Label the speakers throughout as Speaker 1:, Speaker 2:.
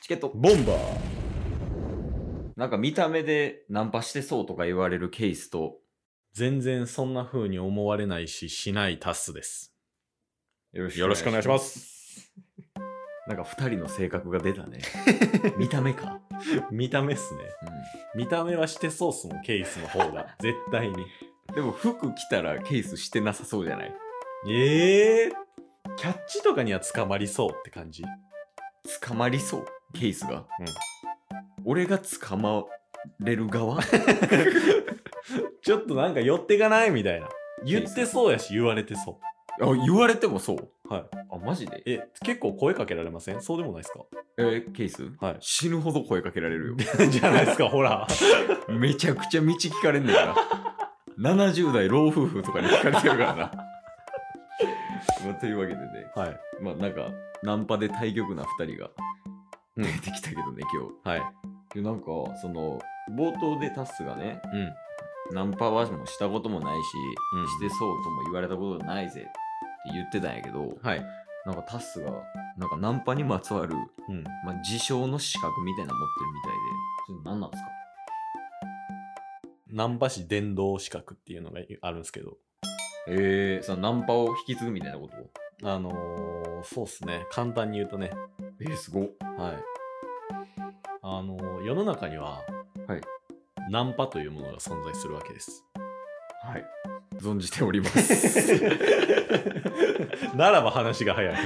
Speaker 1: チケット。
Speaker 2: ボンバー。
Speaker 1: なんか見た目でナンパしてそうとか言われるケースと、
Speaker 2: 全然そんな風に思われないし、しないタスです。
Speaker 1: よろ。
Speaker 2: よろしくお願いします
Speaker 1: なんか二人の性格が出た ね。見た目か。
Speaker 2: 見た目っすね。見た目はしてそうっすもん、ケースの方が。絶対に。
Speaker 1: うんでも服着たらケースしてなさそうじゃない
Speaker 2: ええキャッチとかには捕まりそうって感じ。
Speaker 1: 捕まりそうケースが。俺が捕まれる側
Speaker 2: ちょっとなんか寄ってかないみたいな。言ってそうやし、言われてそ
Speaker 1: あ言われてもそう。
Speaker 2: う。はい。
Speaker 1: あ、マジで
Speaker 2: え、結構声かけられませんそうでもないですか
Speaker 1: えーケース
Speaker 2: はい
Speaker 1: 死ぬほど声かけられるよ。
Speaker 2: じゃないですか、ほら。
Speaker 1: めちゃくちゃ道聞かれんねん から。70代老夫婦とかに聞かれてるからな。 まあ、というわけでね、
Speaker 2: はい。
Speaker 1: まあなんか、ナンパで対局な2人が
Speaker 2: うん
Speaker 1: 出てきたけどね、今日。
Speaker 2: はい。
Speaker 1: でなんか、その、冒頭でタッスがね、
Speaker 2: うん。
Speaker 1: ナンパはもうしたこともないし、
Speaker 2: うん
Speaker 1: してそうとも言われたことないぜって言ってたんやけど、
Speaker 2: はい。
Speaker 1: なんかタッスが、なんかナンパにまつわる、
Speaker 2: うん。
Speaker 1: まあ、自称の資格みたいなの持ってるみたいで、それ何なんですか
Speaker 2: 難波市伝道資格っていうのがあるんですけど、
Speaker 1: ええそのナンパを引き継ぐみたいなこと
Speaker 2: あのー、そうっすね。簡単に言うとね、
Speaker 1: えー、すごっ。
Speaker 2: はい。あのー、世の中には、
Speaker 1: はい。
Speaker 2: ナンパというものが存在するわけです。
Speaker 1: はい。存じております。
Speaker 2: ならば話が早い。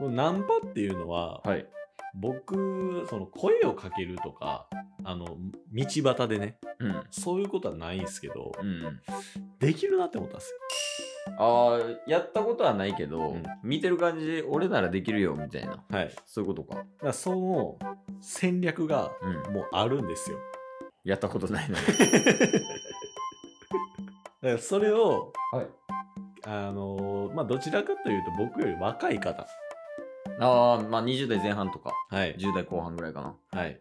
Speaker 2: このナンパっていうのは、
Speaker 1: はい。
Speaker 2: 僕その声をかけるとかあの道端でね
Speaker 1: うん。
Speaker 2: そういうことはないんですけど、
Speaker 1: うん。
Speaker 2: できるなって思ったんですよ。
Speaker 1: ああ、やったことはないけど、
Speaker 2: うん
Speaker 1: 見てる感じ、俺ならできるよみたいな。
Speaker 2: はい、だか
Speaker 1: そういうことか。
Speaker 2: らその戦略が
Speaker 1: うん。
Speaker 2: もうあるんですよ。
Speaker 1: やったことないのに。
Speaker 2: だからそれを
Speaker 1: はい。
Speaker 2: あのーまあどちらかというと僕より若い方、
Speaker 1: ああ、まあ20代前半とか、
Speaker 2: はい
Speaker 1: 10代後半ぐらいかな。
Speaker 2: はい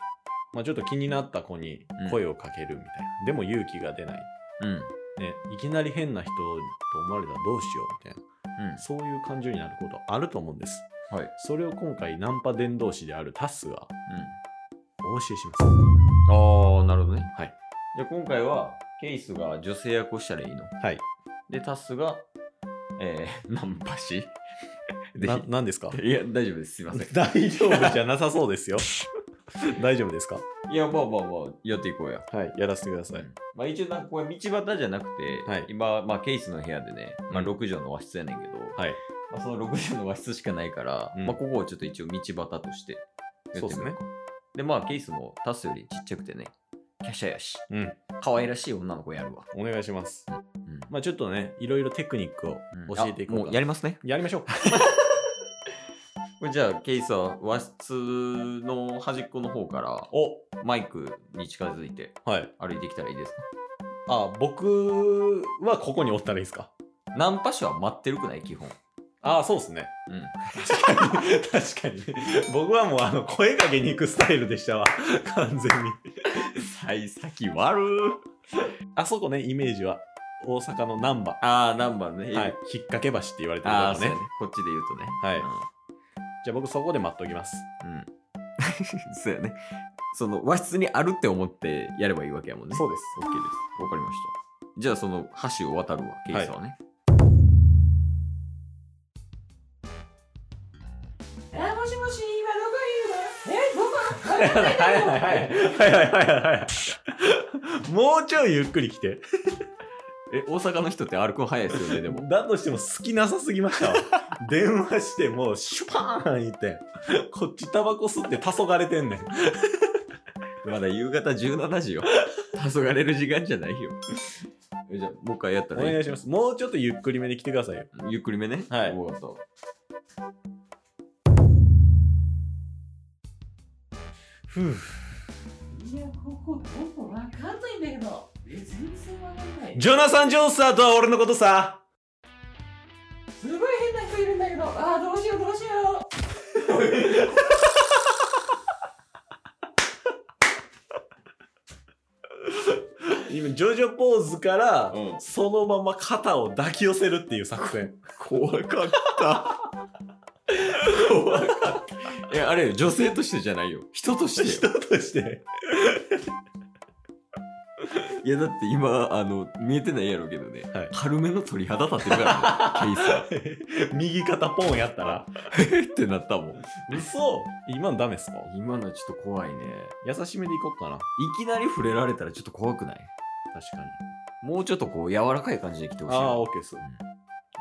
Speaker 2: まあ、ちょっと気になった子に声をかけるみたいな、でも勇気が出ない、
Speaker 1: うん。うん。
Speaker 2: ね、いきなり変な人と思われたらどうしようみたいなそういう感情になることあると思うんです。
Speaker 1: はい。
Speaker 2: それを今回ナンパ伝道師であるタスがお教えします。
Speaker 1: うん。ああ、なるほどね。
Speaker 2: はい。
Speaker 1: じゃあ今回は、ケイスが女性役をしたらいいの。
Speaker 2: はい。
Speaker 1: で、タスが、えー、 ナンパし。で
Speaker 2: な、なんですか
Speaker 1: いや、 大丈夫です。すいません。
Speaker 2: 大丈夫じゃなさそうですよ。 大丈夫ですか
Speaker 1: いや、まあまあまあ、やっていこうや。
Speaker 2: はい。やらせてください。
Speaker 1: まあ一応なんかこれ道端じゃなくて、
Speaker 2: はい
Speaker 1: 今、まあケースの部屋でね、まあ
Speaker 2: うん
Speaker 1: 6畳の和室やねんけど、
Speaker 2: はい。
Speaker 1: まあ、その6畳の和室しかないから、
Speaker 2: うん
Speaker 1: まあここをちょっと一応道端としてや
Speaker 2: そ
Speaker 1: っ
Speaker 2: うで
Speaker 1: て
Speaker 2: す
Speaker 1: み
Speaker 2: ね
Speaker 1: ようか。で、まあケースもタスよりちっちゃくてね、キャシャやし、
Speaker 2: うん。
Speaker 1: 可愛らしい女の子やるわ。
Speaker 2: お願いします。
Speaker 1: うん
Speaker 2: まあちょっとね、いろいろテクニックを
Speaker 1: うん
Speaker 2: 教えていこうか
Speaker 1: あもうやりますね。
Speaker 2: やりましょう。
Speaker 1: これじゃあケースは和室の端っこの方から
Speaker 2: お
Speaker 1: マイクに近づいて
Speaker 2: はい。
Speaker 1: 歩いてきたらいいですか
Speaker 2: あ、僕はここにおったらいいですか
Speaker 1: ナンパ師は待ってるくない基本。
Speaker 2: あ、そうですね。
Speaker 1: うん。
Speaker 2: 確かに。僕はもうあの、声かけに行くスタイルでしたわ。完全に。
Speaker 1: 幸先悪ー。
Speaker 2: あそこね、イメージは。大阪の難波。
Speaker 1: ああ、ナンバーね。
Speaker 2: はい。引っ掛け橋って言われてる
Speaker 1: あ
Speaker 2: か
Speaker 1: あ、
Speaker 2: ら
Speaker 1: そう
Speaker 2: ね
Speaker 1: やね。。こっちで言うとね。
Speaker 2: はい
Speaker 1: うん。
Speaker 2: じゃあ僕そこで待っときます。
Speaker 1: うん、 そうやね。その和室にあるって思ってやればいいわけやもんね。。
Speaker 2: そううです。
Speaker 1: OK です。わかりました。じゃあその橋を渡るわ、ケイさんはね。
Speaker 3: えーもしもし、今どこにいるのえー、どこ
Speaker 2: はいはいはいはいはいはいはい。もうちょいゆっくり来て。
Speaker 1: え、大阪の人って歩くの早いですよね、で も。
Speaker 2: だとしても好きなさすぎましたわ。電話してもうシュパーン言って。こっちタバコ吸って黄昏れてんねん。
Speaker 1: まだ夕方17時よ。黄昏れる時間じゃないよ。えじゃあ、もう一回やった
Speaker 2: お
Speaker 1: らいい
Speaker 2: 願いします。もうちょっとゆっくりめに来てくださいよ。
Speaker 1: ゆっくりめね。
Speaker 2: はい
Speaker 1: わかった
Speaker 2: ふう
Speaker 3: にいや、ここどこわかんないんだけど。えー、全然わかんない。
Speaker 2: ジョナサン・ジョンスターとは俺のことさ。
Speaker 3: すごい変な人いるんだけど。あー、どうしよう、どうしよう。
Speaker 2: 今、ジョジョポーズから、
Speaker 1: うん
Speaker 2: そのまま肩を抱き寄せるっていう作戦。
Speaker 1: 怖かった。怖かっいや、あれよ、女性としてじゃないよ。人として
Speaker 2: 人
Speaker 1: よ。
Speaker 2: として。
Speaker 1: いや、だって今、あの、見えてないやろうけどね。
Speaker 2: はい
Speaker 1: 軽めの鳥肌立ってるから ね、ケイさん。
Speaker 2: 右肩ポンやったら。
Speaker 1: えってなったもん。
Speaker 2: 嘘今のダメっすか
Speaker 1: 今のちょっと怖いね。
Speaker 2: 優しめでいこうかな。
Speaker 1: いきなり触れられたらちょっと怖くない
Speaker 2: 確かに。
Speaker 1: もうちょっとこう柔らかい感じで来てほしい
Speaker 2: あ
Speaker 1: な。
Speaker 2: あ、オッケーっす。
Speaker 1: じ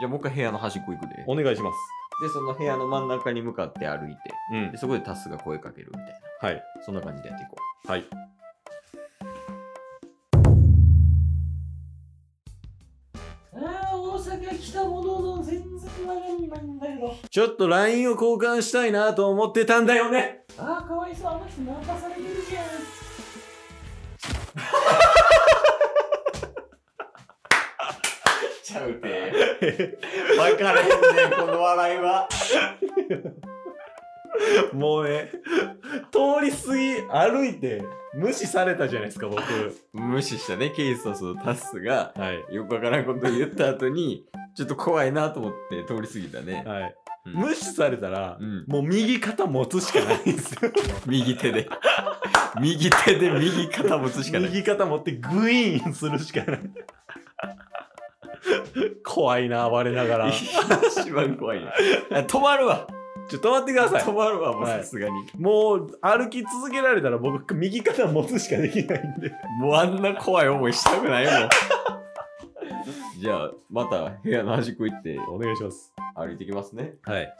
Speaker 1: ゃあもう一回部屋の端っこ行くで。
Speaker 2: お願いします。
Speaker 1: で、その部屋の真ん中に向かって歩いて、
Speaker 2: うん
Speaker 1: で。そこでタスが声かけるみたい
Speaker 2: はい。
Speaker 1: な。そんな感じでやっていこ
Speaker 2: はい。
Speaker 3: ああ、大阪来たものの全然わかんないんだけど。
Speaker 2: ちょっと LINE を交換したいなと思ってたんだよね。
Speaker 3: ああ、かわいそう。あの人ナンパされてるじゃん。
Speaker 1: う。ちゃう て。
Speaker 2: わかれ
Speaker 1: この笑いは。
Speaker 2: もうね、通り過ぎ歩いて無視されたじゃないですか、僕。
Speaker 1: 無視したね、ケイスとそのタスが、
Speaker 2: はい。
Speaker 1: よくわからんことを言った後に、ちょっと怖いなと思って通り過ぎたね。
Speaker 2: はい。
Speaker 1: うん
Speaker 2: 無視されたら、
Speaker 1: うん
Speaker 2: もう右肩持つしかないんですよ。
Speaker 1: 右手で。 右手で右肩持つしかない。
Speaker 2: 右肩持ってグイーンするしかない。怖いな、我ながら。ち
Speaker 1: 一番怖いな。あ止まるわ。
Speaker 2: ょ、止まってください
Speaker 1: 止。まるわ、もう
Speaker 2: はい
Speaker 1: さすがに。
Speaker 2: もう歩き続けられたら僕右肩持つしかできないんで
Speaker 1: もうあんな怖い思いしたくないもん。 じゃあ、また部屋の端っこ行って
Speaker 2: お願いします
Speaker 1: 歩いてきますね。
Speaker 2: はい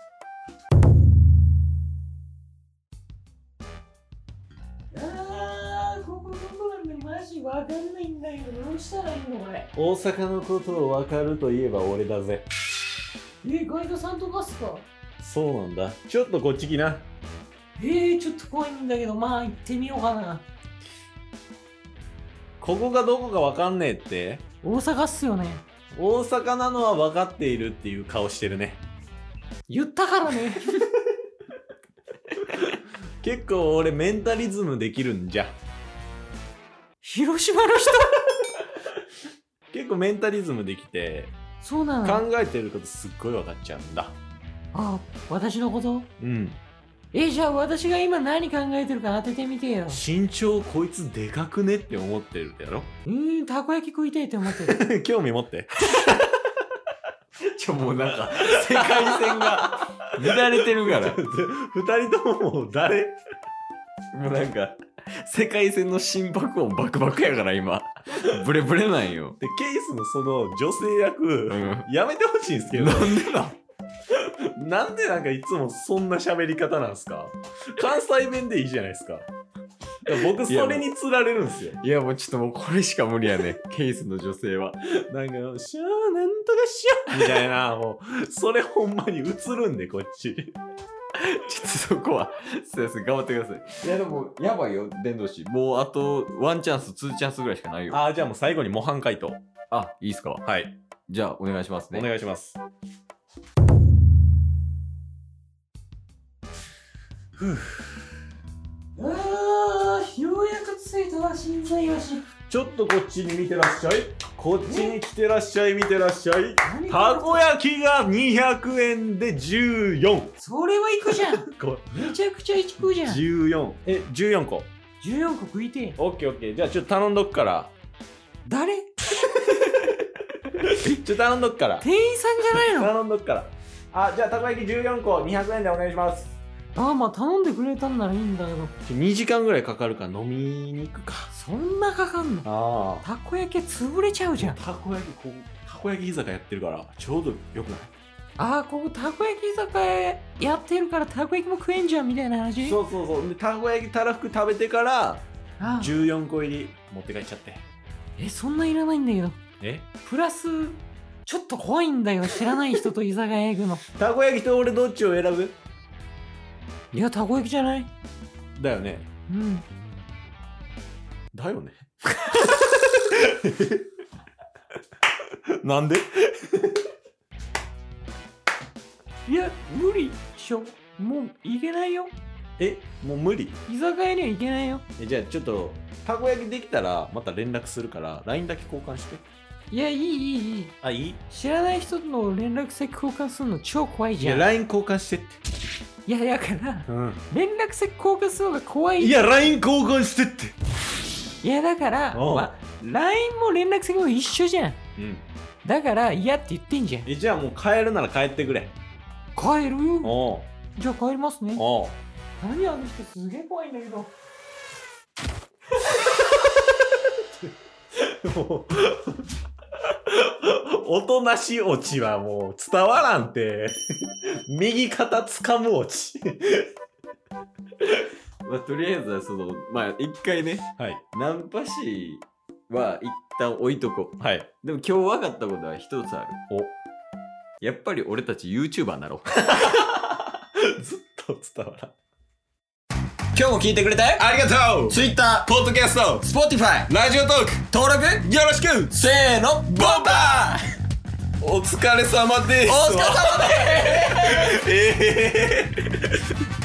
Speaker 3: ああ、ここどこなんでマジわかんないんだけど、どうしたらいいのこれ。
Speaker 2: 大阪のことを分かるといえば俺だぜ
Speaker 3: え、ガイドさんとかっすか
Speaker 2: そうなんだちょっとこっち来な
Speaker 3: えー、ちょっと怖いんだけど、まあ行ってみようかな。
Speaker 2: ここがどこか分かんねえって
Speaker 3: 大阪っすよね。
Speaker 2: 大阪なのは分かっているっていう顔してるね
Speaker 3: 言ったからね。
Speaker 2: 結構俺メンタリズムできるんじゃ
Speaker 3: 広島の人
Speaker 2: 結構メンタリズムできて
Speaker 3: そうなのあ
Speaker 2: 考えてることすっごい分かっちゃうんだ
Speaker 3: あ、私のこと
Speaker 2: うん
Speaker 3: えー、じゃあ私が今何考えてるか当ててみてよ。
Speaker 2: 身長こいつでかくねって思ってるやろ
Speaker 3: うーん、たこ焼き食いたいって思ってる。
Speaker 2: 興味持って
Speaker 1: ちょ、もうなんか、世界線 が乱れてるから。
Speaker 2: 2人とももう誰
Speaker 1: もうなんか、世界線の心拍音バクバクやから今。ブレブレなんよ。
Speaker 2: でケイスのその女性役、
Speaker 1: うん。
Speaker 2: やめてほしいんですけど
Speaker 1: なんでなん
Speaker 2: なんでなんかいつもそんな喋り方なんですか関西弁でいいじゃないですかいや僕
Speaker 1: いや
Speaker 2: それにつられるんですよ
Speaker 1: いやもうちょっともうこれしか無理やね。ケイスの女性は。
Speaker 2: なんか「しゃあなんとかしゃあ」みたいなもうそれほんまに映るんでこっち
Speaker 1: ちょっとそこは、そうです頑張ってください。いやでも、やばいよ、伝道師。もうあと、ワンチャンス、ツーチャンスぐらいしかないよ。
Speaker 2: ああじゃあもう最後に模範解答
Speaker 1: あ、いいっすか
Speaker 2: はい
Speaker 1: じゃあ、お願いしますね。
Speaker 2: お願いします
Speaker 3: ああ、ようやく着いたわ、心斎橋。
Speaker 2: ちょっとこっちに見てらっしゃいこっちに来てらっしゃい見てらっしゃい
Speaker 3: 何
Speaker 2: たこ焼きが200円で14
Speaker 3: それは行くじゃん。
Speaker 2: こ
Speaker 3: めちゃくちゃ行くじゃん。
Speaker 2: 14え14個
Speaker 3: 14個食いてえ。
Speaker 2: オッケーオッケーじゃあちょっと頼んどくから
Speaker 3: 誰
Speaker 2: ちょっと頼んどくから
Speaker 3: 店員さんじゃないの
Speaker 2: 頼んどくからあじゃあたこ焼き14個200円でお願いします
Speaker 3: ああまあ頼んでくれたんならいいんだけど
Speaker 2: 2時間ぐらいかかるから飲みに行くか
Speaker 3: そんなかかんの
Speaker 2: ああ
Speaker 3: たこ焼きは潰れちゃうじゃん
Speaker 2: たこ焼きこうたこ焼き居酒屋やってるからちょうどよくない
Speaker 3: ああここたこ焼き居酒屋やってるからたこ焼きも食えんじゃんみたいな話
Speaker 2: そうそうそうでたこ焼きたらふく食べてから
Speaker 3: ああ
Speaker 2: 14個入り持って帰っちゃって
Speaker 3: えそんないらないんだけど
Speaker 2: え
Speaker 3: プラスちょっと怖いんだよ知らない人と居酒屋行くの
Speaker 2: たこ焼きと俺どっちを選ぶ
Speaker 3: いやたこ焼きじゃない
Speaker 2: だよね
Speaker 3: うん
Speaker 2: だよねなんで
Speaker 3: いや無理っしょもう行けないよ
Speaker 2: えもう無理
Speaker 3: 居酒屋には行けないよ
Speaker 2: えじゃあちょっとたこ焼きできたらまた連絡するから LINE だけ交換して
Speaker 3: いやいいいいいい
Speaker 2: あいい
Speaker 3: 知らない人との連絡先交換するの超怖い
Speaker 2: い
Speaker 3: じゃ
Speaker 2: や
Speaker 3: ん
Speaker 2: LINE 交換してって
Speaker 3: いいやだから
Speaker 2: うん、
Speaker 3: 連絡先交換するのが怖い
Speaker 2: いや LINE 交換してって
Speaker 3: いやだから、
Speaker 2: おう
Speaker 3: ま、LINE も連絡先も一緒じゃん
Speaker 2: うん
Speaker 3: だから嫌って言ってんじゃん
Speaker 2: えじゃあもう帰るなら帰ってくれ
Speaker 3: 帰るよ
Speaker 2: おう
Speaker 3: じゃあ帰りますね
Speaker 2: おう
Speaker 3: 何あの人すげえ怖いんだけど
Speaker 2: もう おとなし落ちはもう伝わらんて 右肩つかむ落ち
Speaker 1: まあ、とりあえずはそのまあ一回ね
Speaker 2: はい
Speaker 1: ナンパ師は一旦置いとこう
Speaker 2: はい
Speaker 1: でも今日分かったことは一つある
Speaker 2: お
Speaker 1: やっぱり俺たち YouTuber になろう
Speaker 2: ずっと伝わらん
Speaker 4: 今日も聞いてくれてありがとう Twitter、ポッドキャスト、Spotify、ラジオトーク登録よろしくせーのボンバーお疲れ様ですお疲れ様ですえー